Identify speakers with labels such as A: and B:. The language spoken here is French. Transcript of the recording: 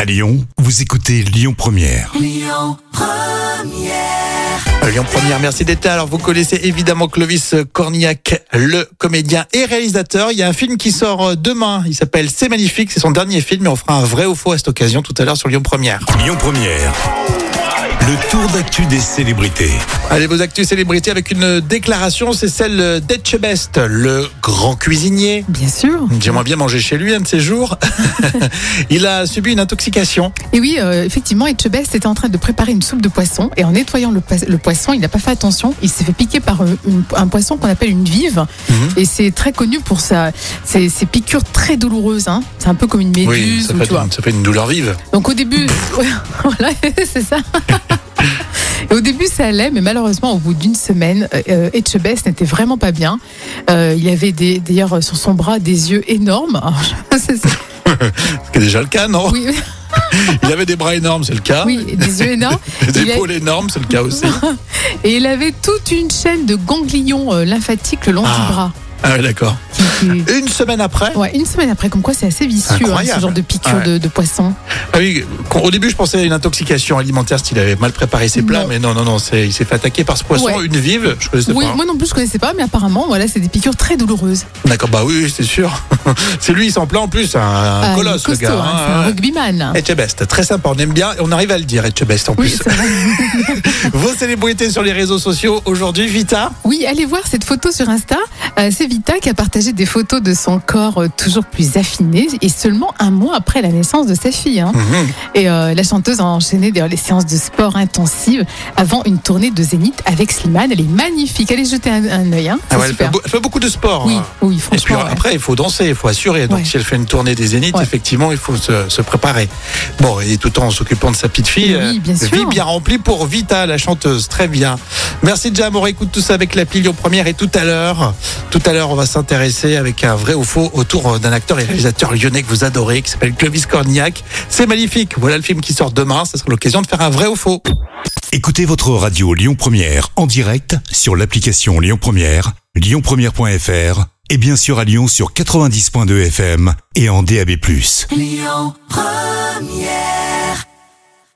A: À Lyon, vous écoutez Lyon Première.
B: Euh, Lyon Première, merci d'être là. Alors vous connaissez évidemment Clovis Cornillac, le comédien et réalisateur. Il y a un film qui sort euh, demain. Il s'appelle C'est magnifique. C'est son dernier film et on fera un vrai ou faux à cette occasion tout à l'heure sur Lyon Première.
A: Lyon Première. Le tour d'actu des célébrités.
B: Allez vos actus célébrités avec une déclaration. C'est celle d'Etchebest, le grand cuisinier.
C: Bien sûr.
B: J'aimerais bien manger chez lui un de ces jours. Il a subi une intoxication.
C: Et oui, euh, effectivement, Etchebest était en train de préparer une soupe de poisson et en nettoyant le, pois- le poisson, il n'a pas fait attention. Il s'est fait piquer par euh, une- un poisson qu'on appelle une vive. Et c'est très connu pour sa, ses, ses piqûres très douloureuses. hein. C'est un peu comme une méduse.
B: ça
C: ou
B: fait,
C: tu vois.
B: ça fait une douleur vive.
C: Donc au début, ouais, voilà, c'est ça. Et Au début, ça allait, mais malheureusement, au bout d'une semaine, euh, Etchebest n'était vraiment pas bien. Euh, il avait des- d'ailleurs euh, sur son bras des yeux énormes. C'est ça.
B: C'est déjà le cas, non
C: Oui,
B: Il avait des bras énormes, c'est le cas.
C: oui, des yeux énormes.
B: Des
C: Il a-
B: épaules énormes, c'est le cas aussi.
C: Et il avait toute une chaîne de ganglions euh, lymphatiques le long
B: Ah.
C: du bras.
B: Ah oui, d'accord.
C: Qui-
B: Une semaine après,
C: qui- Ouais, une semaine après, comme quoi c'est assez vicieux, hein,
B: Incroyable.
C: ce genre de piqûre
B: Ouais.
C: de, de poisson.
B: Ah oui, quand- au début je pensais à une intoxication alimentaire s'il avait mal préparé ses plats,
C: Non.
B: mais non, non, non, c'est- il s'est fait attaquer par ce poisson,
C: Ouais.
B: une vive, je connaissais
C: Oui,
B: pas. hein.
C: moi non plus je connaissais pas, mais apparemment voilà, c'est des piqûres très douloureuses.
B: D'accord, bah oui, oui, c'est sûr. c'est lui, il s'en plaint en plus, un, un
C: Ah,
B: colosse le
C: costaud,
B: gars.
C: hein, c'est un
B: hein, ouais.
C: rugbyman.
B: Etchebest, très sympa, on aime bien, et on arrive à le dire, Etchebest en
C: Oui,
B: plus.
C: c'est vrai.
B: Vos célébrités sur les réseaux sociaux aujourd'hui, Vita
C: Oui, allez voir cette photo sur Insta. Euh, c'est Vita qui a partagé des photos de son corps euh, toujours plus affiné et seulement un mois après la naissance de sa fille. hein. Et euh, la chanteuse a enchaîné d'ailleurs les séances de sport intensives avant une tournée de Zénith avec Slimane. Elle est magnifique. Allez jeter un, un œil. Hein.
B: Ah
C: C'est
B: ouais, elle, fait
C: super.
B: beau- elle fait beaucoup de sport.
C: Oui,
B: hein.
C: oui,
B: Et puis
C: franchement. ouais.
B: après, il faut danser, il faut assurer. Donc
C: Ouais.
B: si elle fait une tournée des Zéniths,
C: Ouais.
B: effectivement, il faut se, se préparer. Bon, et tout en s'occupant de sa petite fille. euh,
C: Oui, bien sûr.
B: Vie bien remplie pour Vita, la chanteuse. Très bien. Merci Jam, on réécoute tout ça avec la Lyon Première. Et tout à l'heure, tout à l'heure, on va s'intéresser avec un vrai ou faux autour euh, d'un acteur et réalisateur lyonnais que vous adorez, qui s'appelle Clovis Cornillac. C'est magnifique. Voilà le film qui sort demain. Ça sera l'occasion de faire un vrai ou faux.
A: Écoutez votre radio Lyon Première en direct sur l'application Lyon Première, lyonpremière.fr et bien sûr à Lyon sur 90.2 FM et en DAB+.